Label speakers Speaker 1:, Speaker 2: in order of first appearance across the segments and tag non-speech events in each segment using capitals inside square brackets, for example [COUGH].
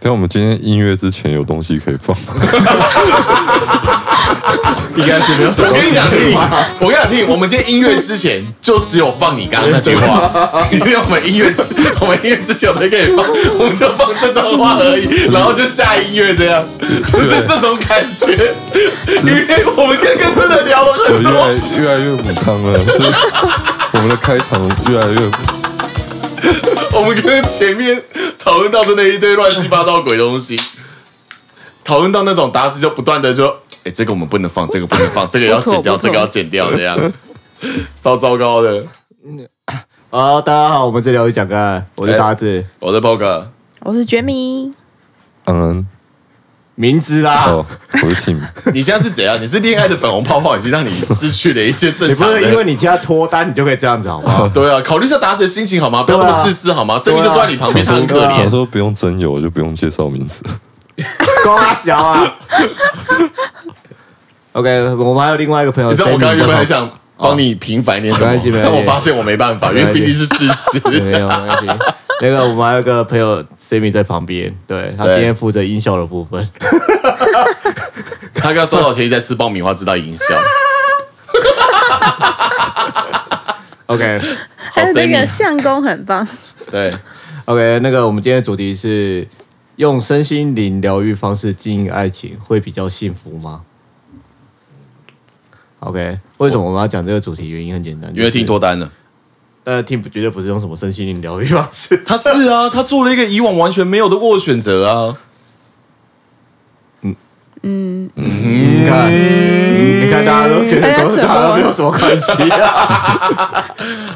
Speaker 1: 但我们今天音乐之前有东西可以放吗？ [LAUGHS]
Speaker 2: 应该是没有什么
Speaker 3: 我
Speaker 2: 东
Speaker 3: 跟你
Speaker 2: 西。
Speaker 3: 讲，听，我跟你讲，听，我们今天音乐之前就只有放你刚刚那句话，
Speaker 2: [LAUGHS]
Speaker 3: 因为我们音乐之，我们音乐之前我都可以放，我们就放这段话而
Speaker 2: [LAUGHS]
Speaker 3: 已，然后就下音乐这样，就是这种感觉。因为我们刚刚真的聊了
Speaker 1: 我
Speaker 3: 很
Speaker 1: 越
Speaker 3: 多，
Speaker 1: 来越来越母汤了，所以我们的开场越来越……
Speaker 3: 我们刚刚前面讨论到真的一堆乱七八糟的鬼东西，讨论到那种达子就不断的就，哎，这个我们不能放，这个不能放，这个要剪掉，
Speaker 4: 不错不错
Speaker 3: 这个要剪掉，这
Speaker 2: [LAUGHS]
Speaker 3: 样，超糟糕的。
Speaker 2: 啊，大家好，我们这里有讲干，我是达子，
Speaker 3: 我的 p o k
Speaker 4: 我是绝迷，
Speaker 1: 嗯，
Speaker 2: 明知啦，
Speaker 1: 哦，我 [LAUGHS] 是 Tim，
Speaker 3: 你现在是怎样？你是恋爱的粉红泡泡已经让你失去了一些正
Speaker 2: 你不 [LAUGHS]
Speaker 3: 常的。
Speaker 2: 是因为你家脱单，你就可以这样子好 [LAUGHS] 吗？
Speaker 3: 对啊，考虑一下达子的心情好吗？不要
Speaker 2: 啊
Speaker 3: 那么自私好吗？生命就坐在你旁边，
Speaker 1: 想
Speaker 3: 他很可
Speaker 1: 说想
Speaker 3: 怜。
Speaker 1: 说不用真友就不用介绍名字，
Speaker 2: 高阿小啊。OK，我们还有另外一个朋友，
Speaker 3: 你知道我刚刚原本很
Speaker 2: 想，
Speaker 3: 想帮你平凡一点什
Speaker 2: 哦没关系没
Speaker 3: 么，
Speaker 2: 关系
Speaker 3: 但我发现我没办法，因为
Speaker 2: 没关系
Speaker 3: 毕竟是事实。
Speaker 2: [LAUGHS] 没有没关系。 [LAUGHS] 那个我们还有一个朋友 Sammy 在旁边，对他
Speaker 3: 对
Speaker 2: 今天负责音效的部分。
Speaker 3: 他刚收到前一在吃爆米花，知道营销。
Speaker 2: OK
Speaker 4: [LAUGHS] 还有哎那
Speaker 3: 神秘
Speaker 4: 个 [LAUGHS] 相公很棒，
Speaker 3: 对，
Speaker 2: OK，那个我们今天的主题是用身心灵疗愈方式经营爱情会比较幸福吗？OK，为什么我们要讲这个主题？原因很简单，
Speaker 3: 因为听
Speaker 2: 多，
Speaker 3: 脱单了。
Speaker 2: 但 Tim 呃绝对不是用什么身心灵疗愈方式。
Speaker 3: 他是啊，他做了一个以往完全没有的过的选择啊。
Speaker 2: 你看，你看，大家都觉得说
Speaker 4: 大家怎么
Speaker 2: 他没有什么关系啊。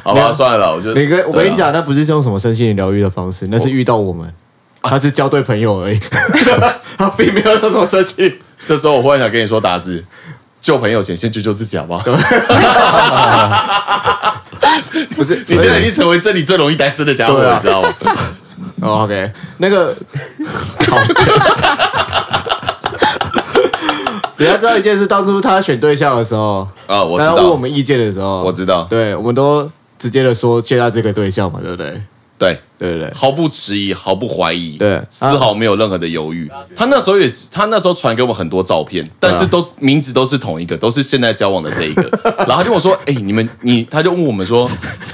Speaker 3: 好吧，算了，我就
Speaker 2: [LAUGHS] 你跟我
Speaker 3: 对
Speaker 2: 跟
Speaker 3: 啊
Speaker 2: 你讲，那不是用什么身心灵疗愈的方式，那是遇到我啊们，他是交对朋友 [LAUGHS] 而已，他并没有用什么身心灵。
Speaker 3: [LAUGHS] 这时候我忽然想跟你说，达子，救朋友前先救救自己好不好？
Speaker 2: 不是，
Speaker 3: 你现在已经成为这里最容易单身的家伙，
Speaker 2: 对啊
Speaker 3: 你知道吗？
Speaker 2: [LAUGHS] 哦 OK，那个， [LAUGHS] 好， [LAUGHS] 你要知道一件事，当初他选对象的时候，
Speaker 3: 啊，我
Speaker 2: 他
Speaker 3: 知
Speaker 2: 要问我
Speaker 3: 道，
Speaker 2: 们意见的时候，
Speaker 3: 我知道，
Speaker 2: 对，我们都直接的说接他这个对象嘛，对不对？
Speaker 3: 对，
Speaker 2: 对不对？
Speaker 3: 毫不迟疑，毫不怀疑，
Speaker 2: 对
Speaker 3: 丝毫没有任何的犹豫。他那时候也是，他那时候传给我们很多照片，
Speaker 2: 啊
Speaker 3: 但是都名字都是同一个，都是现在交往的这一
Speaker 2: [LAUGHS]
Speaker 3: 个。然后他就跟我说：“哎，你们，你，他就问我们说，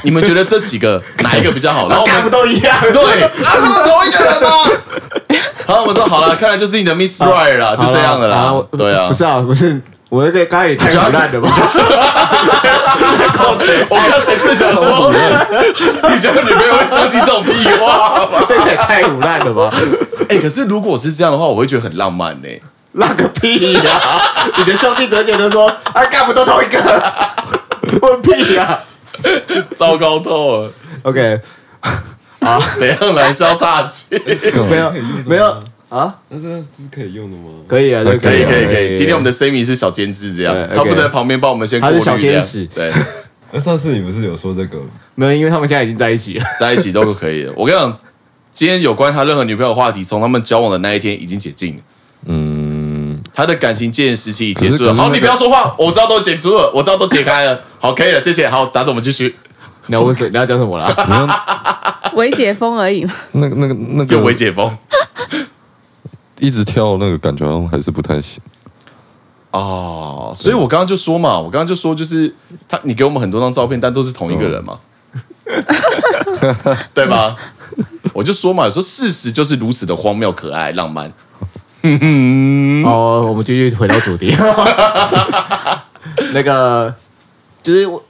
Speaker 3: 你们觉得这几个哪一个比较
Speaker 2: [LAUGHS]
Speaker 3: 好？”然后我
Speaker 2: 干
Speaker 3: 们
Speaker 2: 不都一样？
Speaker 3: 对，啊，他们同一个人吗？
Speaker 2: [LAUGHS]
Speaker 3: 然后我们说：“好了，看来就是你的 Miss Right 啦，就
Speaker 2: 好
Speaker 3: 这
Speaker 2: 啦
Speaker 3: 样了
Speaker 2: 好
Speaker 3: 啦
Speaker 2: 我。”
Speaker 3: 对啊，
Speaker 2: 不是啊，不是，我那个刚才也太腐烂了吧？
Speaker 3: 我刚才正想
Speaker 2: [LAUGHS]
Speaker 3: 说， [LAUGHS] 你觉得女朋友会相信这种屁话吗？
Speaker 2: [LAUGHS] 那个也太腐烂了 [LAUGHS] 吧？
Speaker 3: 哎、可是如果是这样的话，我会觉得很浪漫呢、
Speaker 2: 烂个屁呀、你的兄弟姐姐都说，啊，干不都同一个？ [LAUGHS] 问屁呀、
Speaker 3: 糟糕透了，
Speaker 2: OK，
Speaker 3: 怎样燃烧岔
Speaker 1: [LAUGHS]
Speaker 3: 气？
Speaker 1: 啊
Speaker 2: 没有没有啊。
Speaker 1: 那这是可以用的吗？
Speaker 2: 可以啊，这个
Speaker 3: 可以
Speaker 2: 啊
Speaker 3: 可以可
Speaker 1: 哎
Speaker 3: 以，今天我们的
Speaker 2: 的
Speaker 3: Sammy 是小监制，这样
Speaker 2: 对
Speaker 3: 他
Speaker 2: OK
Speaker 3: 不在旁边帮我们先过
Speaker 2: 他
Speaker 3: 滤
Speaker 2: 是
Speaker 3: 这样，
Speaker 2: 小天使
Speaker 3: 对，
Speaker 1: 那上次你不是有说这个？
Speaker 2: 没有，因为他们现在已经在一起了。 [LAUGHS]
Speaker 3: 在一起都可
Speaker 1: [LAUGHS]
Speaker 3: 以的。我跟你讲，今天有关他任何女朋友的话题，从他们交往的那一天已经解禁了。
Speaker 1: 嗯，
Speaker 3: 他的感情戒严时期已
Speaker 1: 可
Speaker 3: 结
Speaker 1: 是
Speaker 3: 束
Speaker 1: 可
Speaker 3: 了。
Speaker 1: 是
Speaker 3: 好，
Speaker 1: 那
Speaker 3: 你
Speaker 1: 个
Speaker 3: 不要说话，我知道都解除了，我知道都解开了。好，可以了，谢谢。好，打着我们继续，
Speaker 2: 你要问谁？你要讲什么啦？
Speaker 1: 你要
Speaker 4: 微解封而已嘛。
Speaker 1: 那个那个那
Speaker 3: 又未
Speaker 1: 个
Speaker 3: 解封
Speaker 1: 一直跳那个感觉好像还是不太行。
Speaker 3: 哦。所以我刚刚就说嘛，我刚刚就说，就是他，你给我们很多张照片，但都是同一个人
Speaker 1: [LAUGHS]
Speaker 3: 嘛，对吧？我就说嘛，有时候事实就是如此的荒谬、可爱、浪漫。
Speaker 2: 哦，我们继续回到主
Speaker 3: [LAUGHS]
Speaker 2: 题。那个就是我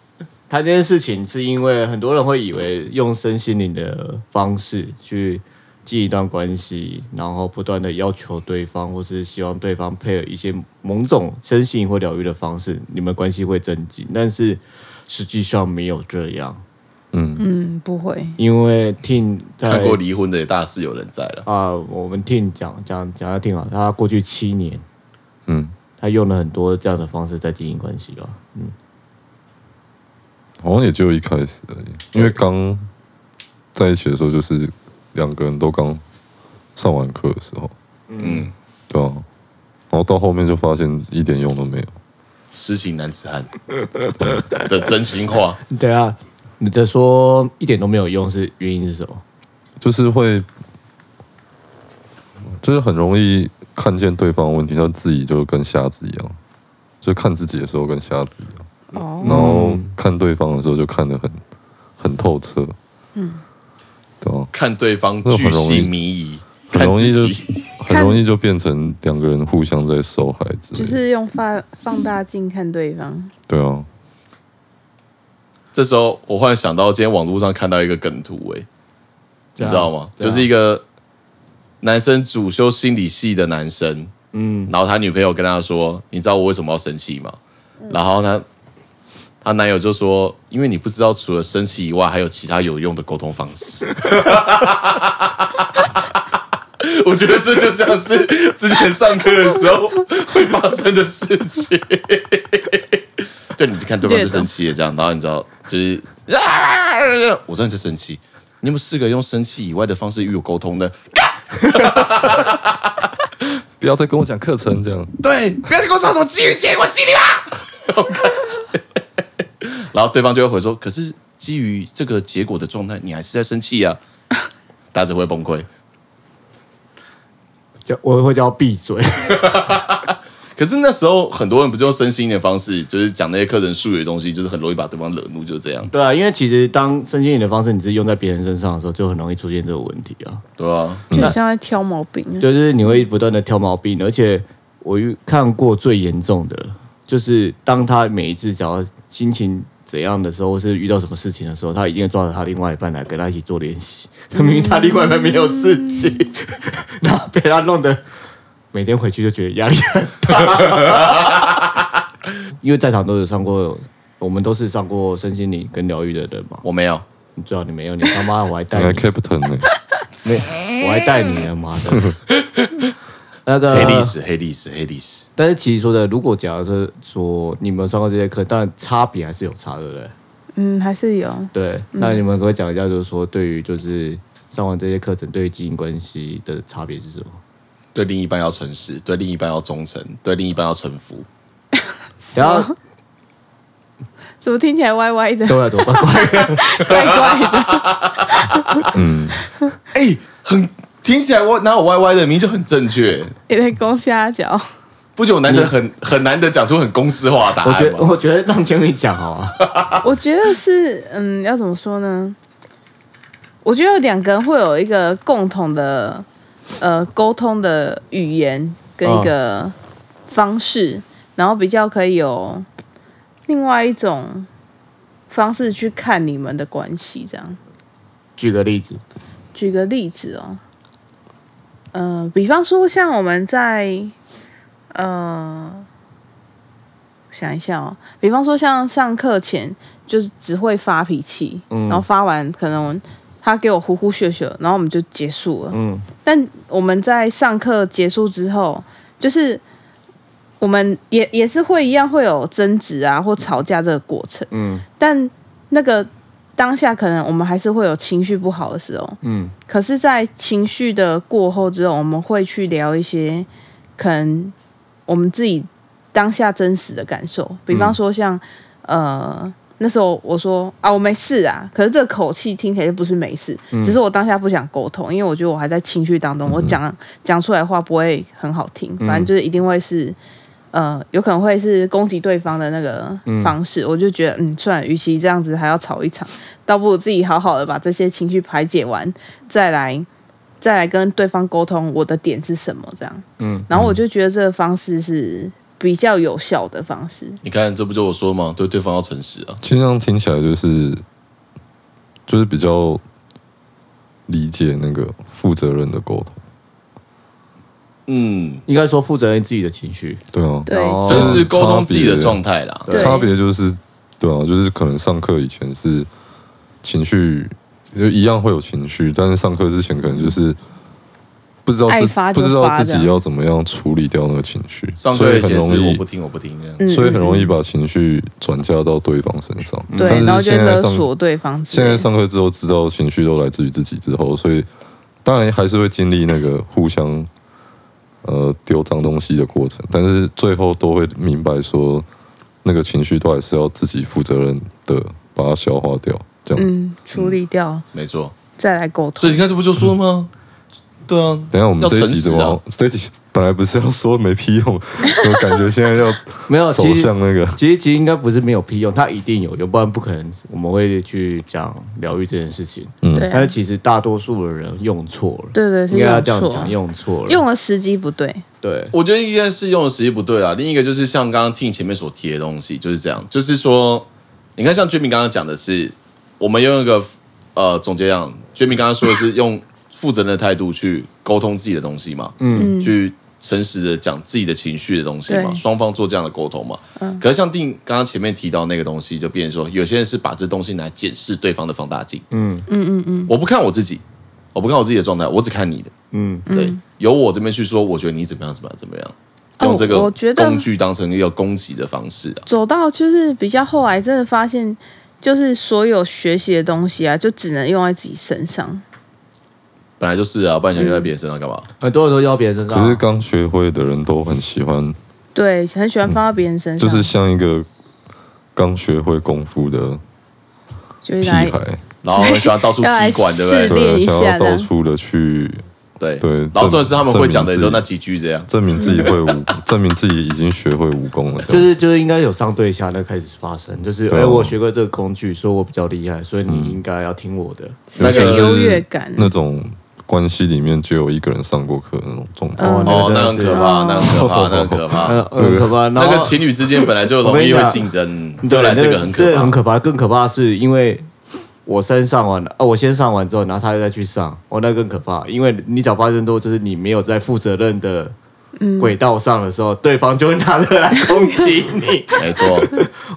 Speaker 2: 谈这件事情，是因为很多人会以为用身心灵的方式去进一段关系，然后不断的要求对方，或是希望对方配合一些某种身心灵或疗愈的方式，你们关系会增进。但是实际上没有这样。
Speaker 4: 嗯，不会，
Speaker 2: 因为 Tin 在
Speaker 3: 看过离婚的也大是有人在了，
Speaker 2: 啊、我们 Tin 讲讲讲到 Tin 啊，他过去七年，
Speaker 1: 嗯，
Speaker 2: 他用了很多这样的方式在经营关系吧。
Speaker 1: 好像也只有一开始而已，因为刚在一起的时候就是两个人都刚上完课的时候，
Speaker 3: 嗯，
Speaker 1: 对啊，然后到后面就发现一点用都没有。
Speaker 3: 痴情男
Speaker 1: [LAUGHS]
Speaker 3: 子汉的真心话，
Speaker 2: 对啊，你的说一点都没有用，是原因是什么？
Speaker 1: 就是会就是很容易看见对方的问题，但自己就跟瞎子一样，就看自己的时候跟瞎子一样，然
Speaker 4: 哦，
Speaker 1: 后看对方的时候就看得很很透彻，嗯，对啊吧、
Speaker 3: 看对方
Speaker 1: 这
Speaker 3: 巨
Speaker 1: 很容易
Speaker 3: 细靡遗，
Speaker 1: 很
Speaker 3: 看
Speaker 1: 容易
Speaker 3: 自
Speaker 1: 就
Speaker 3: 己，
Speaker 1: 很容易就变成两个人互相在受害之类的，
Speaker 4: 就是用放放大镜看对方，
Speaker 1: 对啊，
Speaker 3: 这时候我忽然想到，今天网络上看到一个梗图、欸，你
Speaker 2: 这样
Speaker 3: 知道吗？
Speaker 2: 这样
Speaker 3: 就是一个男生主修心理系的男生，
Speaker 2: 嗯，
Speaker 3: 然后他女朋友跟他说：“你知道我为什么要生气吗？”
Speaker 2: 嗯
Speaker 3: 然后他他男友就说：“因为你不知道除了生气以外，还有其他有用的沟通方式。” [LAUGHS] 我觉得这就像是之前上课的时候会发生的事情。 [LAUGHS] 对，你看对方就生气了，这样，然后你知道就是，啊我真的就生气。你有没有试着用生气以外的方式与我沟通呢？
Speaker 1: 不要再跟我讲课程这样，
Speaker 3: 对，不要再跟我说什么基于啊结果激励 [LAUGHS] 吧，然后对方就会回说：“可是基于这个结果的状态，你还是在生气 [LAUGHS] 啊。”大家只会崩溃。
Speaker 2: 叫我会叫闭嘴，
Speaker 3: 可是那时候很多人不就用身心的方式，就是讲那些课程术语的东西，就是很容易把对方惹怒，就是这样，
Speaker 2: [LAUGHS] 对啊，因为其实当身心灵的方式你是用在别人身上的时候，就很容易出现这个问题啊。
Speaker 3: 对吧、啊？
Speaker 4: 就像在挑毛病 [LAUGHS] 啊。
Speaker 2: 对，就是你会不断的挑毛病，而且我遇看过最严重的，就是当他每一次只要心情怎样的时候，或是遇到什么事情的时候，他一定会抓着他另外一半来跟他一起做练习。明明他另外一半没有事情，然后被他弄得每天回去就觉得压力很大。 [LAUGHS] 因为在场都有上过，我们都是上过身心灵跟疗愈的人嘛。
Speaker 3: 我没有，
Speaker 2: 你最好你没有，你他妈我还带
Speaker 1: [LAUGHS] 你还
Speaker 4: 哎
Speaker 2: 你
Speaker 1: 哎 captain 欸呢、
Speaker 2: 没有，我还带你呢，妈的。那个
Speaker 3: 黑历史，黑历史，黑历史。
Speaker 2: 但是其实说的，如果假设说你们上过这些课，但差别还是有差，对不对？
Speaker 4: 嗯，还是有。
Speaker 2: 对，那你们可不可以讲一下，就是说对于就是上完这些课程，对于经营关系的差别是什么？
Speaker 3: 对另一半要诚实，对另一半要忠诚，对另一半要臣服。
Speaker 2: 然后
Speaker 4: 怎么听起来歪歪的、
Speaker 2: 都要多乖乖，
Speaker 4: [LAUGHS] 怪怪的？
Speaker 3: 哎、很听起来我哪有歪歪的，明明就很正确。
Speaker 4: 也在攻虾饺，
Speaker 3: 不久难得很很难得讲出很公式化的答
Speaker 2: 我
Speaker 3: 案
Speaker 2: 觉得
Speaker 3: 嘛
Speaker 2: 我觉得让千惠讲好啊，
Speaker 4: 我觉得是，嗯，要怎么说呢？我觉得两个人会有一个共同的呃沟通的语言跟一个方式，然后比较可以有另外一种方式去看你们的关系。这样，
Speaker 2: 举个例子，
Speaker 4: 举个例子哦，呃，比方说像我们在呃想一下哦，比方说像上课前就是只会发脾气，
Speaker 2: 嗯
Speaker 4: 然后发完可能他给我呼呼咻咻，然后我们就结束了。
Speaker 2: 嗯，
Speaker 4: 但我们在上课结束之后，就是我们也也是会一样会有争执啊或吵架这个过程，
Speaker 2: 嗯，
Speaker 4: 但那个当下可能我们还是会有情绪不好的时候，
Speaker 2: 嗯，
Speaker 4: 可是，在情绪的过后之后，我们会去聊一些可能我们自己当下真实的感受，比方说像、呃。那时候我说啊，我没事啊，可是这个口气听起来就不是没事，只是我当下不想沟通，因为我觉得我还在情绪当中，我讲讲出来的话不会很好听，反正就是一定会是，呃，有可能会是攻击对方的那个方式。我就觉得，嗯，算了，与其这样子还要吵一场，倒不如自己好好的把这些情绪排解完，再来再来跟对方沟通我的点是什么这样。嗯，然后我就觉得这个方式是比较有效的方式。
Speaker 3: 你看，这不就我说吗？对对方要诚实啊。
Speaker 1: 其实这样听起来就是就是比较理解那个负责任的沟通，
Speaker 3: 嗯，
Speaker 2: 应该说负责任自己的情绪，
Speaker 1: 对啊，
Speaker 4: 对，
Speaker 2: 哦
Speaker 3: 诚实沟通自己的状态啦。
Speaker 4: 对
Speaker 1: 差别就是，对啊，就是可能上课以前是情绪，就一样会有情绪，但是上课之前可能就是不知道
Speaker 4: 爱
Speaker 1: 自
Speaker 4: 发就
Speaker 1: 不知道自
Speaker 4: 发
Speaker 1: 己
Speaker 4: 这样
Speaker 1: 要怎么样处理掉那个情绪，
Speaker 3: 上
Speaker 1: 所
Speaker 3: 课
Speaker 1: 以
Speaker 3: 以
Speaker 1: 很
Speaker 3: 前
Speaker 1: 容
Speaker 3: 是我
Speaker 1: 易
Speaker 3: 不，听，我不听这样。
Speaker 4: 嗯
Speaker 1: 所以很容易把情绪转嫁到对方身上。但
Speaker 4: 对，
Speaker 1: 是
Speaker 4: 然后就
Speaker 1: 现在
Speaker 4: 勒
Speaker 1: 上
Speaker 4: 索对方之
Speaker 1: 现
Speaker 4: 类的。
Speaker 1: 在上课之后知道情绪都来自于自己之后，所以当然还是会经历那个互相呃丢脏东西的过程，但是最后都会明白说，那个情绪都还是要自己负责任的把它消
Speaker 4: 嗯
Speaker 1: 化掉，这样子。
Speaker 4: 嗯，处理掉，
Speaker 3: 没错，
Speaker 4: 再来沟
Speaker 3: 所
Speaker 4: 通
Speaker 3: 以你。看，这不就说吗？对啊，
Speaker 1: 嗯等一下我们
Speaker 3: 要
Speaker 1: 这一集怎
Speaker 3: 诚实啊
Speaker 1: 么？这一集本来不是要说没屁用，怎么感觉现在
Speaker 3: [LAUGHS]
Speaker 1: 要
Speaker 3: 啊
Speaker 2: 没有，
Speaker 1: 走
Speaker 2: 其实
Speaker 1: 向那个？
Speaker 2: 其实其实应该不是没有屁用，它一定有，要不然不可能我们会去讲疗愈这件事情。
Speaker 4: 对
Speaker 2: 但
Speaker 1: 哎
Speaker 4: 啊
Speaker 2: 是其实大多数的人用错了，
Speaker 4: 对对是
Speaker 2: 应该要这样
Speaker 4: 用错
Speaker 2: 讲，用错了，
Speaker 4: 用的时机不对，
Speaker 2: 对，
Speaker 3: 我觉得一件事用的时机不对啊，另一个就是像刚刚听前面所提的东西，就是这样，就是说，你看像君明刚刚讲的是，我们用一个呃总结样，君明刚刚说的是用负责任的态度去沟通自己的东西嘛，嗯，去诚实的讲自己的情绪的东西嘛，
Speaker 4: 对
Speaker 3: 双方做这样的沟通嘛。可是像定刚刚前面提到那个东西，就变成说，有些人是把这东西拿来检视对方的放大镜，嗯嗯嗯嗯，我不看我自己，我不看我自己的状态，我只看你的。
Speaker 2: 嗯，
Speaker 3: 对，由我这边去说，我觉得你怎么样，怎么样，怎么样，
Speaker 4: 哦
Speaker 3: 用这个
Speaker 4: 我觉得
Speaker 3: 工具当成一个攻击的方式啊。
Speaker 4: 走到就是比较后来，真的发现就是所有学习的东西啊，就只能用在自己身上。
Speaker 3: 本来就是啊，不然想
Speaker 4: 嗯
Speaker 3: 用在别人身上干嘛？
Speaker 2: 很多人都要别人身上
Speaker 1: 可
Speaker 2: 啊，
Speaker 1: 是刚学会的人都很喜欢，
Speaker 4: 对，很喜欢放到别人身
Speaker 1: 嗯就
Speaker 4: 上，
Speaker 1: 是像一个刚学会功夫的
Speaker 4: 就
Speaker 1: 屁
Speaker 4: 是来
Speaker 1: 孩，
Speaker 3: 然后很喜欢到处
Speaker 4: [LAUGHS] 要来
Speaker 3: 踢馆，对不
Speaker 4: 试
Speaker 3: 对？
Speaker 4: 练
Speaker 1: 对，
Speaker 4: 一下
Speaker 1: 想要
Speaker 4: 这
Speaker 1: 到
Speaker 4: 样
Speaker 1: 处的去
Speaker 3: 对
Speaker 1: 对
Speaker 3: 然后重点是他们会讲的也都
Speaker 1: 证明自己
Speaker 3: 那几句这样。
Speaker 1: 证明自己会武， [LAUGHS] 证明自己已经学会武功了，这
Speaker 2: 就
Speaker 1: 样
Speaker 2: 是就是应该有上对下的开始发生，就是哎、
Speaker 1: 对啊
Speaker 2: 我学过这个工具，所以我比较厉害，所以你应该要听我的。
Speaker 3: 那
Speaker 4: 有
Speaker 3: 个
Speaker 4: 优越感。
Speaker 1: 那种关系里面只有一个人上过课的那种状态。
Speaker 4: 嗯
Speaker 3: 哦，那
Speaker 2: 个
Speaker 3: 很
Speaker 2: 真的
Speaker 3: 可怕，
Speaker 2: 是
Speaker 3: 那很可怕，那很可
Speaker 2: 呃
Speaker 3: 怕。，
Speaker 2: 很可怕。然
Speaker 3: 嗯那
Speaker 2: 后
Speaker 3: 个情侣之间本来就
Speaker 2: 我
Speaker 3: 容
Speaker 2: 跟你
Speaker 3: 易
Speaker 2: 讲
Speaker 3: 会竞争，
Speaker 2: 对
Speaker 3: 对来
Speaker 2: 那
Speaker 3: 这个很可
Speaker 2: 这
Speaker 3: 怕
Speaker 2: 很。可怕。更可怕的是因为我先上完了，啊，我先上完之后，然后他又再去上，哦，那更可怕。因为你早发生多，就是你没有在负责任的
Speaker 4: 嗯
Speaker 2: 轨道上的时候，对方就会拿着来攻击
Speaker 4: [LAUGHS]
Speaker 2: 你。
Speaker 3: 没错，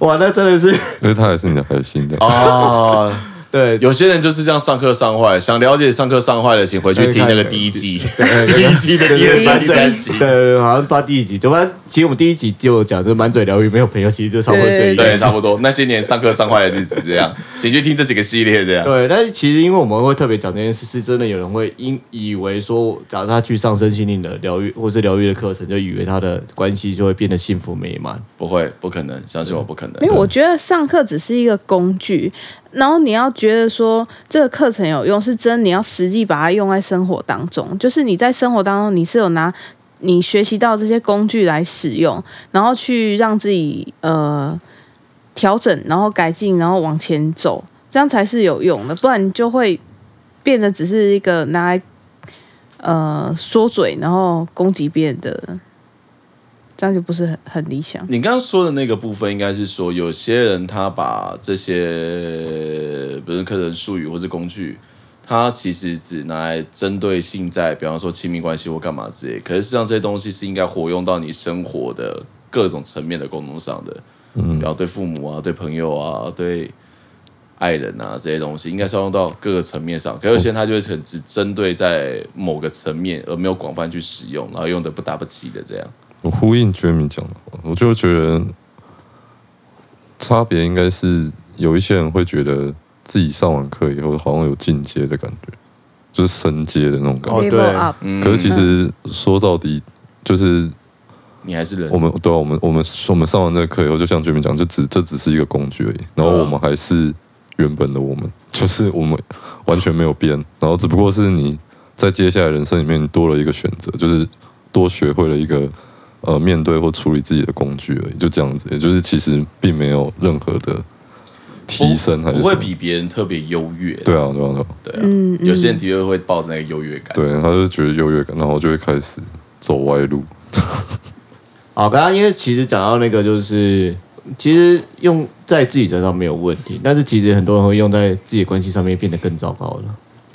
Speaker 2: 哇，那真的是
Speaker 1: 因为他也是你的核心的，
Speaker 3: 哦，
Speaker 2: 对，
Speaker 3: 有些人就是这样上课上坏，想了解上课上坏的，请回去听那个第一季， [LAUGHS] 第一季的第二、三、第三集
Speaker 2: 对。对对，好像到第一集，就反正其实我们第一集就讲这满嘴疗愈没有朋友，其实就超会这一
Speaker 3: 对，
Speaker 2: 点。
Speaker 3: 差不多。那些年上课上坏的日子这样，请去听这几个系列这样。
Speaker 2: 对，但是其实因为我们会特别讲这件事，是真的有人会因以为说，假如他去上身心灵的疗愈或是疗愈的课程，就以为他的关系就会变得幸福美满。
Speaker 3: 不会，不可能，相信我，不可能。
Speaker 2: 嗯
Speaker 4: 因为我觉得上课只是一个工具，然后你要觉得说这个课程有用是真，你要实际把它用在生活当中。就是你在生活当中，你是有拿你学习到这些工具来使用，然后去让自己呃调整，然后改进，然后往前走，这样才是有用的。不然你就会变得只是一个拿来呃说嘴，然后攻击别人的，这样就不是很很理想。
Speaker 3: 你刚刚说的那个部分，应该是说有些人他把这些不是课程术语或是工具，他其实只拿来针对性在，哎比方说亲密关系或干嘛之类。可是实际上这些东西是应该活用到你生活的各种层面的沟通上的，嗯，然后对父母啊、对朋友啊、对爱人啊这些东西，应该是要用到各个层面上。可是有些人他就会很只针对在某个层面，而没有广泛去使用，然后用的不搭不起的这样。
Speaker 1: 我呼应 Jamie 讲的话，我就觉得差别应该是有一些人会觉得自己上完课以后好像有进阶的感觉，就是升阶的那种感觉。
Speaker 2: 哦对
Speaker 4: Level up，
Speaker 3: 嗯，
Speaker 1: 可是其实说到底，就是
Speaker 3: 你还是人
Speaker 1: 我。们对啊，我们我们我们上完这个课以后，就像 Jamie 讲，就只这只是一个工具而已。然
Speaker 3: 嗯
Speaker 1: 后我们还是原本的我们， [LAUGHS] 就是我们完全没有变。然后只不过是你在接下来人生里面你多了一个选择，就是多学会了一个呃面对或处理自己的工具而已，就这样子。也就是其实并没有任何的提升还是
Speaker 3: 不
Speaker 1: 什
Speaker 3: 会
Speaker 1: 么。
Speaker 3: 比别人特别优越。
Speaker 1: 对啊，对啊，对啊，
Speaker 3: 对啊，有些人的确会抱着那个优越感。
Speaker 1: 对，他就觉得优越感，然后就会开始走歪路。 [LAUGHS]
Speaker 2: 好，刚刚因为其实讲到那个，就是其实用在自己身上没有问题，但是其实很多人会用在自己的关系上面变得更糟糕了。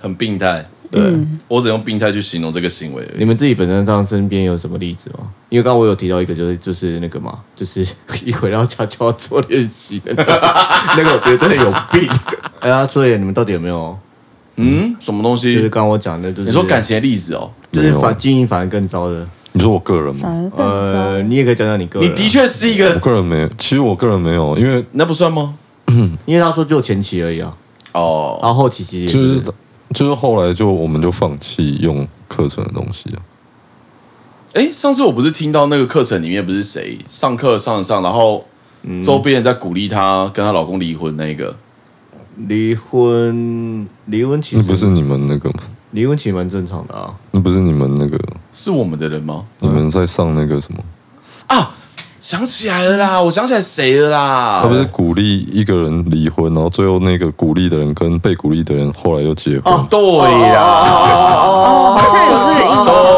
Speaker 3: 很病态。
Speaker 2: 对，
Speaker 3: 我只用病态去形容这个行为而已。嗯
Speaker 2: 你们自己本身上身边有什么例子吗？因为刚刚我有提到一个，就是就是那个嘛，就是一回到家就要做练习 [LAUGHS] 的那个，那个我觉得真的有病。哎呀，所以你们到底有没有？
Speaker 3: 嗯，什么东
Speaker 2: 就是
Speaker 3: 西？
Speaker 2: 刚刚我讲的，就是
Speaker 3: 你说感情的例子哦？
Speaker 2: 就是
Speaker 1: 没有
Speaker 2: 反经营反而更糟的。
Speaker 1: 你说我个人
Speaker 4: 反
Speaker 3: 嗯
Speaker 1: 吗？
Speaker 4: 而更糟。
Speaker 2: 呃，你也可以讲讲你个
Speaker 3: 你
Speaker 2: 人，
Speaker 3: 的，确是一
Speaker 1: 啊我
Speaker 3: 个，
Speaker 1: 个人没有，其实我个人没有，因为
Speaker 3: 那不算吗？
Speaker 2: 因为他说只有前期而已啊，
Speaker 3: 哦，
Speaker 2: 然后后期其实
Speaker 1: 就
Speaker 2: 也不
Speaker 1: 是就是后来就我们就放弃用课程的东西啊了。
Speaker 3: 哎，上次我不是听到那个课程里面不是谁上课上上，然后周边人在鼓励她跟她老公离婚那个，
Speaker 2: 离婚，离婚其
Speaker 1: 那
Speaker 3: 嗯
Speaker 2: 实
Speaker 1: 不是你们那个吗？
Speaker 2: 离婚期蛮正常的啊。
Speaker 1: 那不是你们那个
Speaker 3: 是我们的人吗？
Speaker 1: 你们在上那个什么？
Speaker 3: 啊，想起来了啦，我想起来谁了
Speaker 2: 啊
Speaker 3: 啦？
Speaker 1: 他不是鼓励一个人离婚，然后最后那个鼓励的人跟被鼓励的人后来又结婚。
Speaker 3: 哦，对呀，
Speaker 4: 哦，好像有这个印象。
Speaker 3: 哦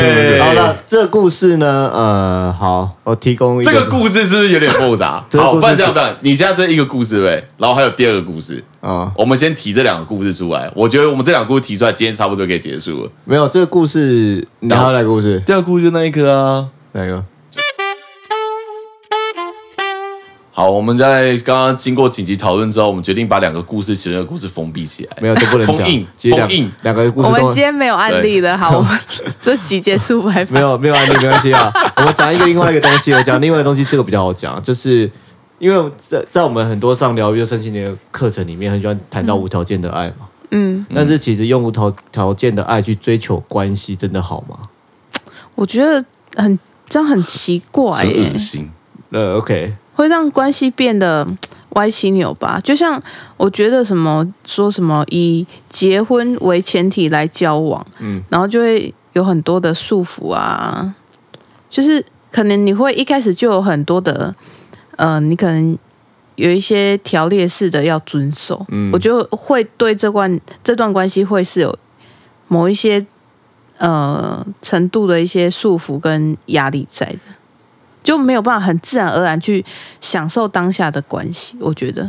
Speaker 3: 对，
Speaker 2: 好了，这个故事呢，呃，好，我提供一
Speaker 3: 这个故事是不是有点复杂？
Speaker 2: 这个
Speaker 3: 好，
Speaker 2: 故事
Speaker 3: 不 [LAUGHS] 然这样，不然你现在这一个故事呗，然后还有第二个故事，
Speaker 2: 啊、
Speaker 3: 我们先提这两个故事出来。我觉得我们这两个故事提出来，今天差不多可以结束了。
Speaker 2: 没有这个故事，你还有哪个故事？
Speaker 3: 第二个故事就那一个啊。
Speaker 2: 哪个？
Speaker 3: 好，我们在刚刚经过紧急讨论之后，我们决定把两个故事其中一个故事封闭起来。
Speaker 2: 没有都不能讲
Speaker 3: 封印。
Speaker 2: 其实两
Speaker 3: 封印
Speaker 2: 两个故
Speaker 4: 我
Speaker 2: 事
Speaker 4: 们
Speaker 2: 都
Speaker 4: 今天没有案例的，好，我们这集结束拜拜。
Speaker 2: 没有没有案例没关系啊。 [LAUGHS] 我们讲一个另外一个东西，我讲另外一个东西，这个比较好讲，就是因为在在我们很多上疗愈身心灵的课程里面，很喜欢谈到无条件的爱嘛。
Speaker 4: 嗯，
Speaker 2: 但是其实用无条条件的爱去追求关系，真的好吗？
Speaker 4: 我觉得很这样很奇怪
Speaker 3: 很
Speaker 4: 耶
Speaker 3: 恶，心，
Speaker 2: 呃，OK，
Speaker 4: 会让关系变得嗯歪七扭八。就像我觉得什么说什么以结婚为前提来交往，
Speaker 2: 嗯，
Speaker 4: 然后就会有很多的束缚啊，就是可能你会一开始就有很多的，呃，你可能有一些条列式的要遵守，嗯，我就会对这段这段关系会是有某一些呃程度的一些束缚跟压力在的，就没有办法很自然而然去享受当下的关系，我觉得。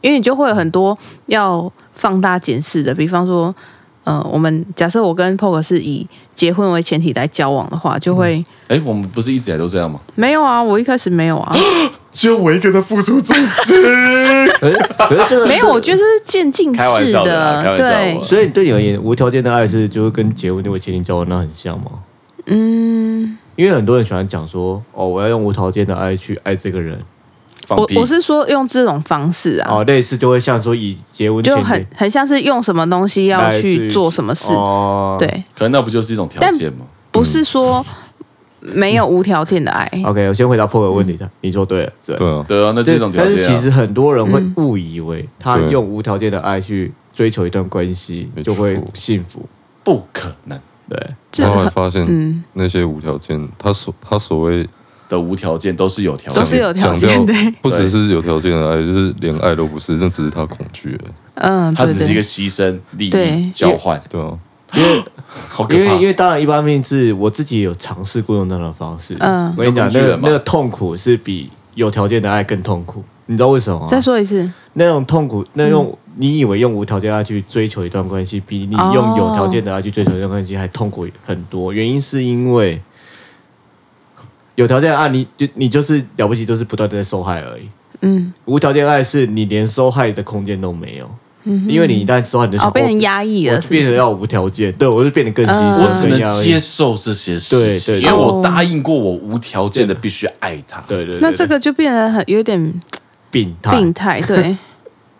Speaker 4: 因为你就会有很多要放大检视的，比方说，呃，我们假设我跟 Poke 是以结婚为前提来交往的话，就会、嗯
Speaker 3: 哎，我们不是一直以来都这样吗？
Speaker 4: 没有啊，我一开始没有
Speaker 3: [LAUGHS]
Speaker 4: 啊，
Speaker 3: 只有我一个人付出真
Speaker 2: [LAUGHS]
Speaker 3: 心。
Speaker 2: 可是 [LAUGHS] 可是这个
Speaker 4: 没有，我觉得这是渐进
Speaker 3: 开玩
Speaker 4: 式
Speaker 3: 笑的啦开玩笑
Speaker 4: 对
Speaker 3: 我，
Speaker 2: 所以对你而言，无条件的爱是就是跟结婚为前提交往那很像吗？
Speaker 4: 嗯，
Speaker 2: 因为很多人喜欢讲说，哦，我要用无条件的爱去爱这个人，
Speaker 3: 放
Speaker 4: 我
Speaker 3: 屁！
Speaker 4: 我是说用这种方式啊，
Speaker 2: 哦，类似就会像说以结婚前
Speaker 4: 就
Speaker 2: 提
Speaker 4: 很很像是用什么东西要
Speaker 2: 来
Speaker 4: 去
Speaker 2: 自
Speaker 4: 做什么事，
Speaker 2: 哦，
Speaker 4: 对，
Speaker 3: 可能那不就是一种条件吗？
Speaker 4: 不是说
Speaker 3: 嗯
Speaker 4: 没有无条件的爱，
Speaker 3: 哦
Speaker 2: OK，我先回答破的问
Speaker 4: 嗯
Speaker 2: 题的，你说对了，对。
Speaker 1: 对啊，
Speaker 3: 对啊，那这
Speaker 2: 对
Speaker 3: 种条
Speaker 2: 但
Speaker 3: 件、啊。
Speaker 2: 是其实很多人会
Speaker 4: 嗯
Speaker 2: 误以为他
Speaker 1: 对
Speaker 2: 用无条件的爱去追求一段关系
Speaker 1: 没
Speaker 2: 就会
Speaker 1: 错
Speaker 2: 幸福，
Speaker 3: 不可能
Speaker 2: 对，
Speaker 4: 这
Speaker 1: 后来
Speaker 4: 很
Speaker 1: 发
Speaker 4: 嗯
Speaker 1: 现那些无条件，他所他所谓
Speaker 3: 的无条件都是有条
Speaker 4: 都是
Speaker 3: 件的。
Speaker 4: 有条件
Speaker 1: 讲掉
Speaker 4: 对
Speaker 1: 不只是有条件的爱，就是连爱都不是，那只是他恐惧而已，
Speaker 4: 嗯，
Speaker 3: 它
Speaker 4: 对
Speaker 3: 只是一个
Speaker 4: 对，
Speaker 3: 牺牲利益
Speaker 4: 对
Speaker 3: 交换，
Speaker 1: 对啊，
Speaker 3: 好可
Speaker 2: 因为因
Speaker 3: 怕！
Speaker 2: 为当然一般面是我自己也有尝试过用那样的方式，
Speaker 4: 嗯
Speaker 2: 我跟你讲，
Speaker 3: 有工具
Speaker 2: 那个
Speaker 3: 人嘛
Speaker 2: 那个痛苦是比有条件的爱更痛苦，你知道为什么吗？
Speaker 4: 再说嗯一次，
Speaker 2: 那种痛苦，那种、你以为用无条件的爱去追求一段关系，比你用有条件的爱去追求一段关系还痛苦很多。原因是因为有条件的爱你，就你就是了不起，就是不断的在受害而已。
Speaker 4: 嗯，
Speaker 2: 无条件爱是你连受害的空间都没有，因为你一旦受害，你就想、
Speaker 4: 嗯哦，被人压抑
Speaker 2: 我
Speaker 4: 了，
Speaker 2: 就是
Speaker 4: 不
Speaker 2: 变成
Speaker 4: 是？
Speaker 2: 要无条件，对我就变得更牺牲，
Speaker 3: 我只
Speaker 2: 更
Speaker 3: 能
Speaker 2: 压抑
Speaker 3: 接受这些事
Speaker 2: 对
Speaker 3: 情，
Speaker 2: 对对哦
Speaker 3: 因为我答应过我无条件的必须爱他，
Speaker 2: 对对对，
Speaker 4: 那这个就变得很有点
Speaker 2: 病态，
Speaker 4: 病
Speaker 3: [LAUGHS]
Speaker 4: 态，对。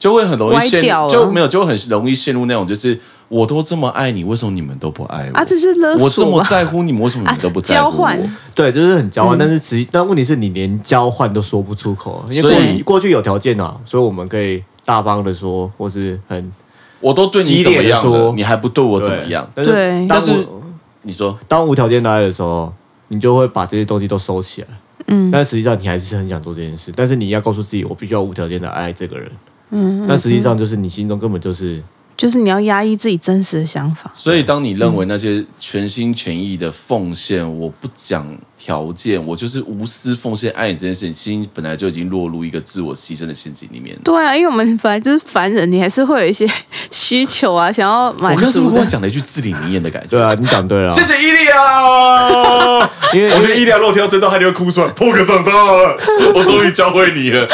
Speaker 3: 就会很容易陷
Speaker 4: 歪掉
Speaker 3: 入，
Speaker 4: 了
Speaker 3: 就没有就会很容易陷入那种就是我都这么爱你，为什么你们都不爱我？
Speaker 4: 啊，这是勒
Speaker 3: 我这
Speaker 4: 索
Speaker 3: 么
Speaker 4: 吧？
Speaker 3: 在乎你们，为什么你们都
Speaker 4: [LAUGHS]
Speaker 3: 不在
Speaker 4: 交
Speaker 3: 乎我？
Speaker 4: 换
Speaker 2: 对，就是很交换，但是实际，但问题是你连交换都说不出口，啊因为
Speaker 3: 嗯
Speaker 2: 过
Speaker 3: 所
Speaker 4: 以
Speaker 2: 去过去有条件啊，所以我们可以大方的说，或是很
Speaker 3: 我都对你怎么
Speaker 2: 激烈地
Speaker 3: 样了
Speaker 2: 说，
Speaker 3: 你还不对我怎么样？
Speaker 2: 对但是
Speaker 4: 对
Speaker 2: 当
Speaker 3: 但是
Speaker 2: 无
Speaker 3: 你说
Speaker 2: 当无条件的爱的时候，你就会把这些东西都收起来。嗯，但实际上你还是很想做这件事，但是你要告诉自己，我必须要无条件的爱这个人。嗯，但实际上就是你心中根本就是
Speaker 4: 就是你要压抑自己真实的想法。
Speaker 3: 所以，当你认为那些全心全意的奉献，我不讲条件，我就是无私奉献爱你这件事情，其实本来就已经落入一个自我牺牲的陷阱里面了。
Speaker 4: 对啊，因为我们本来就是凡人，你还是会有一些需求啊，想要满
Speaker 3: 我刚是不
Speaker 4: 足
Speaker 3: 是
Speaker 4: 的
Speaker 3: 讲了一句至理名言的感觉？
Speaker 2: 对啊，你讲对了啊，
Speaker 3: 谢伊利亚，
Speaker 2: 因为
Speaker 3: 我觉得伊利亚若听到这段，他就会哭出来。破格长大了，我终于教会你了。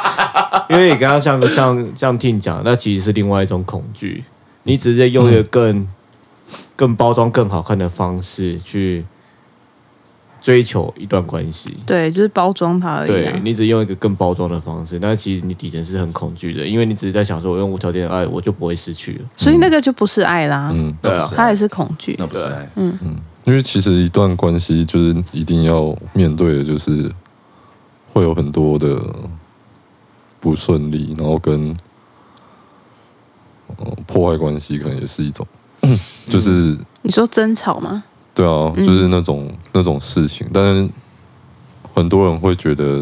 Speaker 3: [LAUGHS]
Speaker 2: 因为你刚刚像像像听讲，那其实是另外一种恐惧，你只是用一个更、更包装、更好看的方式去追求一段关系。
Speaker 4: 对，就是包装它而已、
Speaker 2: 对
Speaker 4: 啊。
Speaker 2: 你只用一个更包装的方式，那其实你底层是很恐惧的，因为你只是在想说，我用无条件的爱，我就不会失去了。
Speaker 4: 所
Speaker 3: 嗯
Speaker 4: 以那个就不是爱啦，
Speaker 1: 嗯，
Speaker 2: 对啊，
Speaker 4: 它也是恐惧
Speaker 3: 那。不是爱，
Speaker 1: 因为其实一段关系就是一定要面对的，就是会有很多的不顺利，然后跟、呃、破坏关系可能也是一种， [COUGHS] 就是
Speaker 4: 你说争吵吗？
Speaker 1: 对啊，
Speaker 4: 嗯
Speaker 1: 就是那种、那种事情，但是很多人会觉得，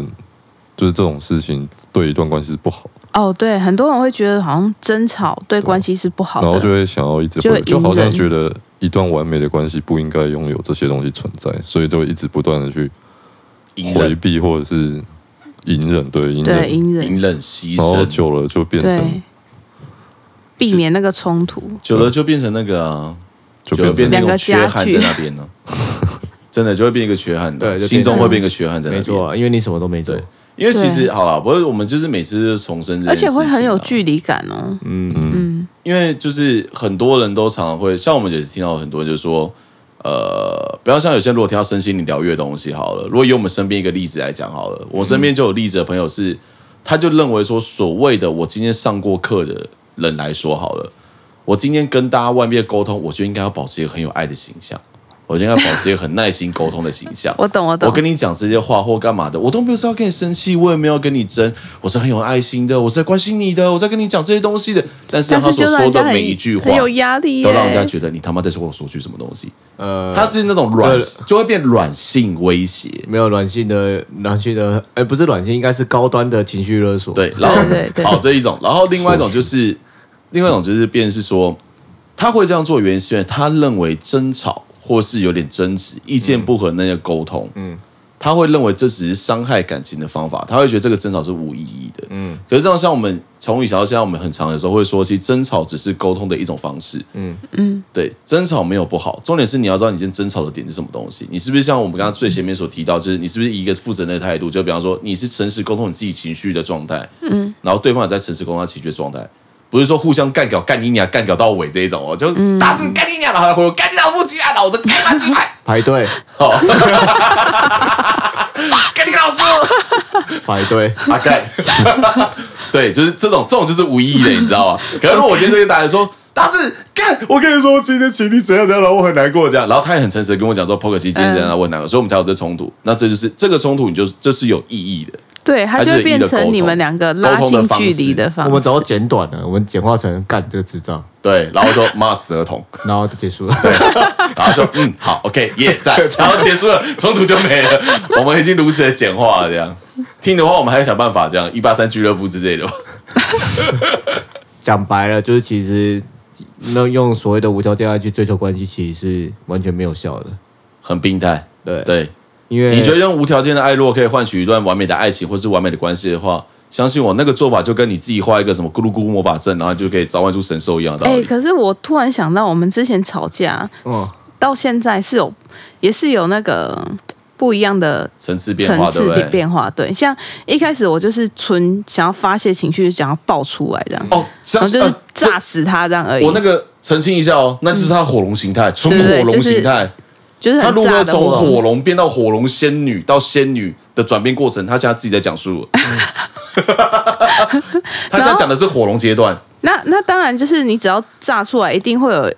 Speaker 1: 就是这种事情对一段关系是不好，
Speaker 4: 哦，对，很多人会觉得好像争吵对关系是不好
Speaker 1: 然后就
Speaker 4: 的，
Speaker 1: 会想要一直
Speaker 4: 就
Speaker 1: 回，就好像
Speaker 4: 隐忍
Speaker 1: 觉得一段完美的关系不应该拥有这些东西存在，所以就会一直不断的去
Speaker 3: 隐
Speaker 1: 回
Speaker 3: 忍、
Speaker 1: 避或者是隐忍，对隐
Speaker 4: 对，
Speaker 1: 忍，
Speaker 4: 隐忍，
Speaker 3: 隐忍、牺
Speaker 1: 然后
Speaker 3: 牲，
Speaker 1: 久了就变成
Speaker 4: 对，避免那个冲突。
Speaker 3: 久了就变成那个啊，
Speaker 1: 就
Speaker 3: 就会变
Speaker 1: 变
Speaker 3: 成
Speaker 1: 成
Speaker 3: 一
Speaker 4: 两
Speaker 3: 种
Speaker 4: 个
Speaker 3: 缺憾
Speaker 4: 家具
Speaker 3: 在那边呢、 [LAUGHS] 真的就会变一个缺憾的，
Speaker 2: 对就变
Speaker 3: 心中会变一个缺憾在那边。
Speaker 2: 没错啊，因为你什么都没做
Speaker 3: 对，因为其实
Speaker 4: 对
Speaker 3: 好了，不是我们就是每次就重申这件
Speaker 4: 而且会很有
Speaker 3: 事情啊嗯
Speaker 4: 距离感哦，
Speaker 3: 因为就是很多人都常常会，像我们也是听到很多人就说，呃，不要像有些人如果听到身心灵疗愈的东西好了，如果以我们身边一个例子来讲好了，我身边就有例子的朋友是，他就认为说，所谓的我今天上过课的人来说好了，我今天跟大家外面沟通，我就应该要保持一个很有爱的形象，我就应该保持一个很耐心沟通的形象。
Speaker 4: [LAUGHS] 我懂，我懂。
Speaker 3: 我跟你讲这些话或干嘛的，我都没有是要跟你生气，我也没有跟你争，我是很有爱心的，我是在关心你的，我在跟你讲这些东西的。但是
Speaker 4: 但
Speaker 3: 他
Speaker 4: 是
Speaker 3: 所
Speaker 4: 就让
Speaker 3: 说
Speaker 4: 人家
Speaker 3: 的
Speaker 4: 很
Speaker 3: 每一句话
Speaker 4: 很，有压力耶，
Speaker 3: 都让人家觉得你他妈在说我说句什么东西。
Speaker 2: 呃，
Speaker 3: 他是那种软
Speaker 2: 这，
Speaker 3: 就会变软性威胁。
Speaker 2: 没有软性的软性的，哎、不是软性，应该是高端的情绪勒索。
Speaker 3: 对，然后
Speaker 4: 对对对
Speaker 3: 好这一种，然后另外一种就是，另外一种就是变成是说，他会这样做，原因是因为他认为争吵或是有点争执、意见不合那些沟通，嗯，他会认为这只是伤害感情的方法，他会觉得这个争吵是无意义的，嗯。可是这样，像我们从以前到现在，我们很常有时候会说，其实争吵只是沟通的一种方式，嗯嗯，对，争吵没有不好，重点是你要知道你今天争吵的点是什么东西，你是不是像我们刚刚最前面所提到，就是你是不是以一个负责任的态度，就比方说你是诚实沟通你自己情绪的状态，然后对方也在诚实沟通他情绪的状态，不是说互相干屌、干你娘、干屌到尾这一种哦，就打字干你娘，然后他回我干你老母鸡啊，然后我就干他鸡排，
Speaker 2: 排队
Speaker 3: 好，干你老师，
Speaker 2: 排队，
Speaker 3: 啊干，对，就是这种，这种就是无意义的，你知道吗？可能如果我今天就跟大家说。大志，干！我跟你说，今天情绪怎样怎样，然后我很难过这样，然后他也很诚实的跟我讲说，Poker 其实今天怎样，然后我很难过，所以我们才有这冲突。那这就是这个冲突，你就这是有意义的，
Speaker 4: 对，它
Speaker 3: 还是
Speaker 4: 就会变
Speaker 3: 一个沟
Speaker 4: 成
Speaker 3: 通
Speaker 4: 你们两个拉
Speaker 3: 沟通的
Speaker 4: 近
Speaker 3: 方式
Speaker 4: 距离的方
Speaker 2: 我
Speaker 4: 式。
Speaker 2: 们只要简短了，我们简化成干这个智障，
Speaker 3: 对。然后说骂死儿童，
Speaker 2: 然后就结束了。
Speaker 3: 然后说嗯好，OK，耶赞，然后结束了，冲突就没了。我们已经如此的简化了，这样听的话，我们还要想办法，这样一八三俱乐部之类的吧。
Speaker 2: 讲白了，就是其实那用所谓的无条件爱去追求关系，其实是完全没有效的。
Speaker 3: 很病态，
Speaker 2: 对，
Speaker 3: 对。
Speaker 2: 因为
Speaker 3: 你觉得用无条件的爱，如果可以换取一段完美的爱情或是完美的关系的话，相信我，那个做法就跟你自己画一个什么咕噜咕噜魔法阵，然后你就可以召唤出神兽一样的道
Speaker 4: 哎、
Speaker 3: 理。
Speaker 4: 可是我突然想到，我们之前吵架、
Speaker 2: 嗯
Speaker 4: 到现在是有，也是有那个不一样的
Speaker 3: 层次变
Speaker 4: 层
Speaker 3: 化，对
Speaker 4: 次
Speaker 3: 不
Speaker 4: 的
Speaker 3: 对？
Speaker 4: 变化。对，像一开始我就是纯想要发泄情绪，想要爆出来这样，
Speaker 3: 哦，
Speaker 4: 然
Speaker 3: 像
Speaker 4: 后就是
Speaker 3: 呃这
Speaker 4: 炸死他这样而已，
Speaker 3: 我那个澄清一下哦，那就是他火龙形态，纯
Speaker 4: 对对
Speaker 3: 火龙
Speaker 4: 就是
Speaker 3: 形态。
Speaker 4: 嗯就是
Speaker 3: 他
Speaker 4: 很
Speaker 3: 如何
Speaker 4: 炸的
Speaker 3: 从
Speaker 4: 我
Speaker 3: 火龙变到火龙仙女到仙女的转变过程，他现在自己在讲述
Speaker 4: [LAUGHS]
Speaker 3: 了。他现在讲的是火龙阶段，
Speaker 4: 那那当然就是你只要炸出来，一定会有，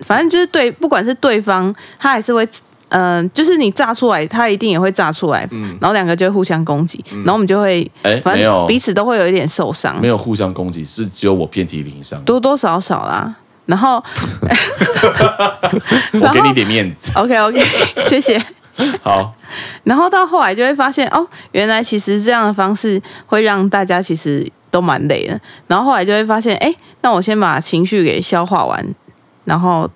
Speaker 4: 反正就是对，不管是对方，他还是会。嗯、就是你炸出来，他一定也会炸出来，然后两个就会互相攻击，然后我们就会，
Speaker 3: 哎
Speaker 4: 反
Speaker 3: 没有
Speaker 4: 正彼此都会有一点受伤，
Speaker 3: 没有互相攻击，是只有我遍体鳞伤。
Speaker 4: 多多少少啦。然后
Speaker 3: [LAUGHS]
Speaker 4: [LAUGHS]
Speaker 3: 我给你点面子，
Speaker 4: ，OK OK，谢谢。
Speaker 3: 好，
Speaker 4: 然后到后来就会发现，哦，原来其实这样的方式会让大家其实都蛮累的。然后后来就会发现，哎，那我先把情绪给消化完，然后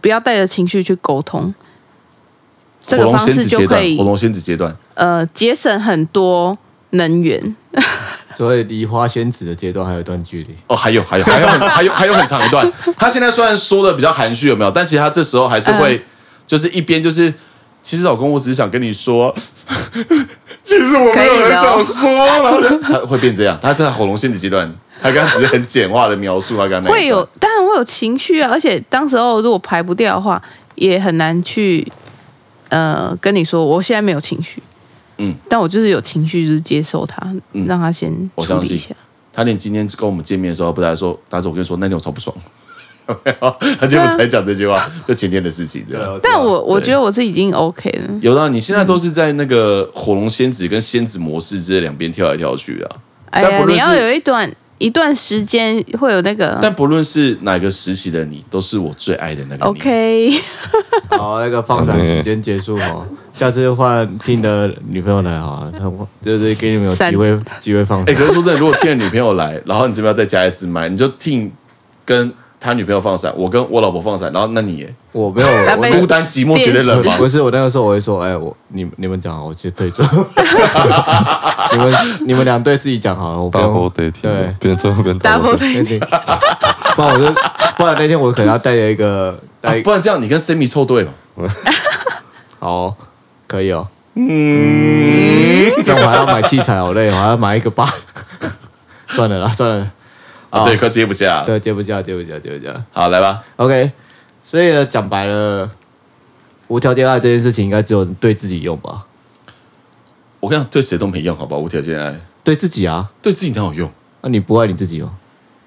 Speaker 4: 不要带着情绪去沟通，这
Speaker 3: 火
Speaker 4: 个
Speaker 3: 龙
Speaker 4: 方
Speaker 3: 仙子
Speaker 4: 式就
Speaker 3: 阶
Speaker 4: 可
Speaker 3: 段，
Speaker 4: 以
Speaker 3: 火龙仙子阶段，
Speaker 4: 呃节省很多能源。
Speaker 2: 所以离花仙子的阶段还有一段距离。
Speaker 3: 哦，还有还有还有
Speaker 4: [LAUGHS]
Speaker 3: 很还有还有很长一段。他现在虽然说的比较含蓄，有没有？但其实他这时候还是
Speaker 4: 嗯
Speaker 3: 会，就是一边就是，其实老公，我只是想跟你说， [LAUGHS] 其实我没有很想说，然后就 [LAUGHS] 他会变这样。他在喉咙心理阶段，他刚刚只是很简化的描述他刚刚那一段
Speaker 4: 会有，当然会有情绪啊，而且当时候如果排不掉的话，也很难去呃跟你说我现在没有情绪，
Speaker 3: 嗯，
Speaker 4: 但我就是有情绪，就是接受它，
Speaker 3: 嗯
Speaker 4: 让它先
Speaker 3: 我
Speaker 4: 处
Speaker 3: 相
Speaker 4: 理一
Speaker 3: 信
Speaker 4: 下。
Speaker 3: 他连今天跟我们见面的时候，不是还说，大志，我跟你说，那天我超不爽。 [LAUGHS] 有没有他结果
Speaker 4: 啊
Speaker 3: 才讲这句话，就前天的事情，这样。
Speaker 4: 但我我
Speaker 3: 对
Speaker 4: 觉得我是已经 OK 了，
Speaker 3: 有啦，你现在都是在那个火龙仙子跟仙子模式这两边跳来跳去的啊、
Speaker 4: 哎
Speaker 3: 但
Speaker 4: 呀
Speaker 3: 不，论
Speaker 4: 你要
Speaker 3: 是
Speaker 4: 有一段一段时间会有那个
Speaker 3: 但不论是哪个时期的你，都是我最爱的那个你。 [LAUGHS]
Speaker 4: OK，
Speaker 2: 好，那个放闪时间结束哦，下次换听的女朋友来好了，她就是给你们有
Speaker 4: 闪
Speaker 2: 机会机会放
Speaker 3: 哎、
Speaker 2: 闪。
Speaker 3: 可是说真的，如果听的女朋友来，然后你这边要再加一次麦，你就听跟他女朋友放闪，我跟我老婆放闪，然后那你也
Speaker 2: 我没有，我
Speaker 4: 被
Speaker 2: 那
Speaker 3: 孤单寂寞
Speaker 4: 哎电
Speaker 3: 绝对冷
Speaker 4: 死
Speaker 3: 吗？
Speaker 2: 不是我那个时候我会说，哎、我你你们讲，我去对
Speaker 3: [LAUGHS]
Speaker 2: 准。你们你们俩对自己讲好了，我不
Speaker 1: double
Speaker 2: 用
Speaker 1: dating，
Speaker 2: 对
Speaker 1: 变最后变 double dating，
Speaker 2: 那
Speaker 4: double [LAUGHS] dating
Speaker 2: 天， [LAUGHS] 不然我就不然那天我可能要带着一个
Speaker 3: 啊
Speaker 2: 带一个
Speaker 3: 不然这样，你跟 Sammy 凑对嘛？
Speaker 2: 好哦、可以哦。嗯，但我还要买器材，好累，我还要买一个吧。 [LAUGHS] 算了啦，算了，
Speaker 3: 啊，对，可接不下。
Speaker 2: 对，接不下，接不下，接不下。
Speaker 3: 好，来吧，
Speaker 2: OK，所以呢，讲白了，无条件爱这件事情，应该只有对自己用吧？
Speaker 3: 我跟你讲，对谁都没用，好吧？无条件爱，
Speaker 2: 对自己啊，
Speaker 3: 对自己哪有用？
Speaker 2: 那、你不爱你自己哦？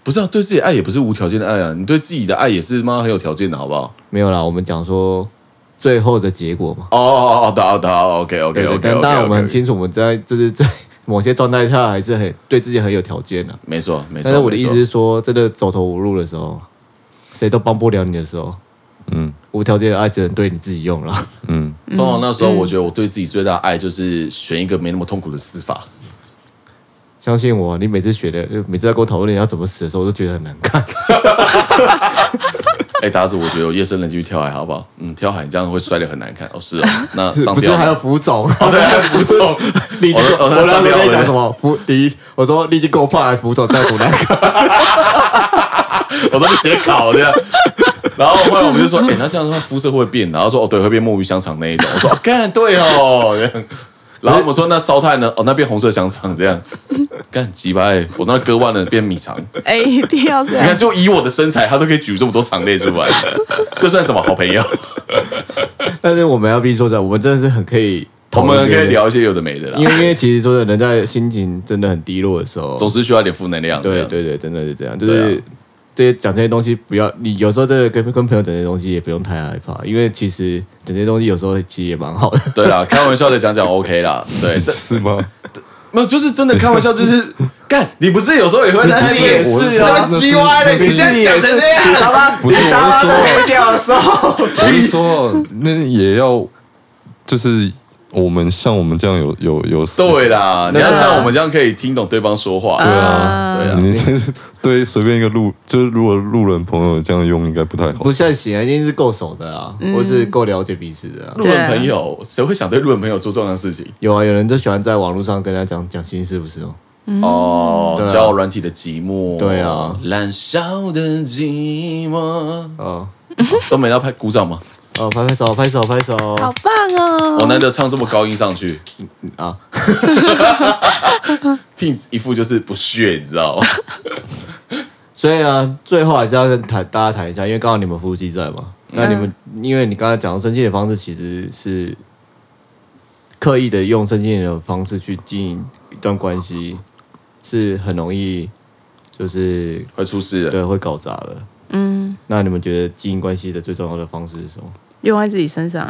Speaker 3: 不是啊，对自己的爱也不是无条件的爱啊，你对自己的爱也是妈很有条件的，好不好？
Speaker 2: 没有啦，我们讲说最后的结果嘛。
Speaker 3: 哦哦哦，好的好，OK OK
Speaker 2: 对
Speaker 3: OK，
Speaker 2: 但当然我们很清楚，我们在就是在某些状态下还是很对自己很有条件啊的、
Speaker 3: 没错没错。
Speaker 2: 但是我的意思
Speaker 3: 没
Speaker 2: 是
Speaker 3: 错，
Speaker 2: 说，真的走投无路的时候，谁都帮不了你的时候，
Speaker 1: 嗯
Speaker 2: 无条件的爱只能对你自己用了。 [LAUGHS]
Speaker 1: 嗯，
Speaker 3: 通常那时候我觉得我对自己最大的爱就是选一个没那么痛苦的死法。
Speaker 2: 相信我，你每次学的，每次在跟我讨论你要怎么死的时候，我都觉得很难看。
Speaker 3: 哎，达子，我觉得我夜深人静去跳海好不好？嗯，跳海你这样会摔得很难看。哦，是哦，
Speaker 2: [LAUGHS]
Speaker 3: 那上
Speaker 2: 不是
Speaker 3: 吊
Speaker 2: 还有浮肿？，
Speaker 3: 哦对，还有浮肿
Speaker 2: 你已经
Speaker 3: 哦
Speaker 2: 够我
Speaker 3: 哦那
Speaker 2: 那
Speaker 3: 上
Speaker 2: 时
Speaker 3: 吊
Speaker 2: 候在
Speaker 3: 了
Speaker 2: 讲什么浮你，我说你已经够胖了，还浮肿再浮难看。
Speaker 3: [LAUGHS] 我都是写考的。然后后来我们就说，哎、那这样的话肤色会不会变？然后说，哦，对，会变墨鱼香肠那一种。我说，哦，干，对哦。这样然后我们说，那烧炭呢？哦，那变红色香肠这样。干，鸡巴、欸，我那割腕了变米肠。你
Speaker 4: 哎，一定要这
Speaker 3: 看，
Speaker 4: 样，
Speaker 3: 就以我的身材，他都可以举这么多肠类出来， [LAUGHS] 这算什么好朋 [LAUGHS] 友？
Speaker 2: [LAUGHS] 但是我们要必须说的，我们真的是很可以，
Speaker 3: 我们可以，聊一些有的没的啦
Speaker 2: 因，为因为其实说的，人在心情真的很低落的时候，
Speaker 3: 总是需要一点负能量。这
Speaker 1: 啊
Speaker 2: 对
Speaker 3: 样，
Speaker 2: 对对，真的是这样，就
Speaker 3: 对
Speaker 2: 是、
Speaker 3: 啊
Speaker 2: 这些讲这些东西，不要你有时候真的跟跟朋友讲这些东西，也不用太害怕，因为其实讲这些东西有时候其实也蛮好的。
Speaker 3: 对啦，开玩笑的讲讲 OK 啦。对，这
Speaker 1: 是吗？
Speaker 3: 没有，就是真的开玩笑，就是 [LAUGHS] 干，你不是有时候也会在那
Speaker 2: 自
Speaker 3: 里
Speaker 2: 己也是啊
Speaker 3: 那鸡歪了，你现在讲成这样，好
Speaker 1: [LAUGHS]
Speaker 3: 吧？
Speaker 1: 不是，我是说，
Speaker 2: 掉的
Speaker 1: [LAUGHS]
Speaker 2: 时候，
Speaker 1: 我是说，那也要就是我们像我们这样有有有
Speaker 3: 对啦，你要像我们这样可以听懂对方说话。
Speaker 1: 对啊，对啊，你这对随便一个路，就是如果路人朋友这样用，应该不太好
Speaker 2: 不。算行啊，一定是够熟的啊，
Speaker 1: 嗯
Speaker 2: 或是够了解彼此的啊。
Speaker 3: 路人朋友，谁会想对路人朋友做这样的事情？
Speaker 2: 有啊，有人就喜欢在网络上跟他讲讲心事，不是哦？
Speaker 3: 哦，
Speaker 2: 对啊
Speaker 3: 交友软体的寂寞，
Speaker 2: 对啊
Speaker 3: 燃烧的寂寞，
Speaker 2: 哦
Speaker 3: 都没到拍鼓掌吗？
Speaker 2: 哦，拍拍手，拍手，拍手
Speaker 4: 好棒
Speaker 3: 我
Speaker 4: 哦！
Speaker 3: 难得唱这么高音上去，
Speaker 2: 啊！
Speaker 3: 听一副就是不屑，你知道吗？ [LAUGHS]
Speaker 2: 所以啊，最后还是要跟谈大家谈一下，因为刚好你们夫妻在嘛，那你们、因为你刚才讲生气的方式其实是刻意的用生气的方式去经营一段关系，是很容易就是
Speaker 3: 会出事的。
Speaker 2: 对会搞砸的。
Speaker 4: 嗯，
Speaker 2: 那你们觉得经营关系的最重要的方式是什么？
Speaker 4: 用在自己身上，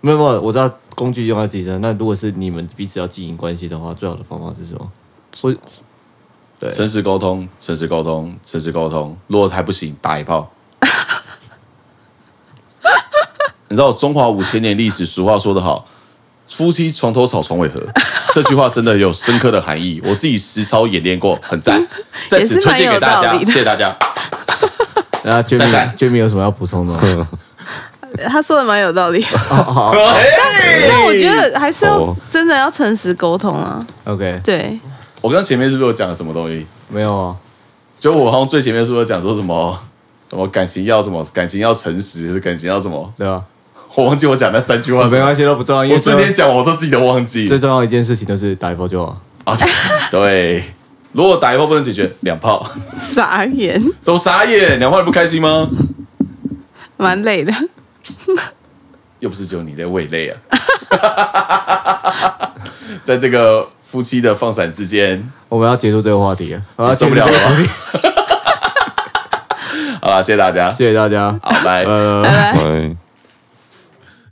Speaker 2: 没有没有，我知道工具用在自己身上。那如果是你们彼此要经营关系的话，最好的方法是什么？或对
Speaker 3: 诚实沟通，诚实沟通，诚实沟通。如果还不行，打一炮。 [LAUGHS] 你知道中华五千年历史，俗话说得好，“夫妻床头吵，床尾和”，这句话真的有深刻的含义。我自己实操演练过，很
Speaker 4: [LAUGHS]
Speaker 3: 赞，在此
Speaker 4: 也是
Speaker 3: 推
Speaker 4: 蛮
Speaker 3: 荐
Speaker 4: 有
Speaker 3: 给大
Speaker 4: 道
Speaker 3: 家，
Speaker 4: 理的
Speaker 3: 谢谢大
Speaker 4: [LAUGHS]
Speaker 3: 家。
Speaker 2: 那娟
Speaker 3: 赞赞
Speaker 2: 明娟明啊有什么要补充的吗？
Speaker 4: 他说的蛮有
Speaker 3: [LAUGHS]
Speaker 4: 道理，但
Speaker 3: 但
Speaker 4: 我觉得还是要
Speaker 1: 哦
Speaker 4: 真的要诚实沟通啊。
Speaker 2: OK，
Speaker 4: 对，
Speaker 3: 我刚前面是不是有讲了什么东西？
Speaker 2: 没有啊。
Speaker 3: 就我好像最前面是不是有讲说什么什么感情要什么感情要诚实，感情要什么？
Speaker 2: 对啊吧？
Speaker 3: 我忘记我讲那三句话是什
Speaker 2: 哦没
Speaker 3: 么。
Speaker 2: 关系，都不重要，因为
Speaker 3: 我瞬间讲我都自己都忘记。
Speaker 2: 最重要一件事情就是打一炮就好。
Speaker 3: 啊，对，如果打一炮不能解决，两炮，
Speaker 4: 傻眼，
Speaker 3: 怎么傻眼？两炮你不开心吗？
Speaker 4: 蛮累的。
Speaker 3: 又不是只有你的味蕾啊， [LAUGHS] 在这个夫妻的放闪之间，
Speaker 2: 我们要结束这个话题了，我要
Speaker 3: 受不
Speaker 2: 结束
Speaker 3: 了
Speaker 2: 这
Speaker 3: 了
Speaker 2: 个话题，
Speaker 3: 好啦，谢谢大家，
Speaker 2: 谢谢大家，
Speaker 3: 好，拜。
Speaker 2: 呃。
Speaker 1: 拜。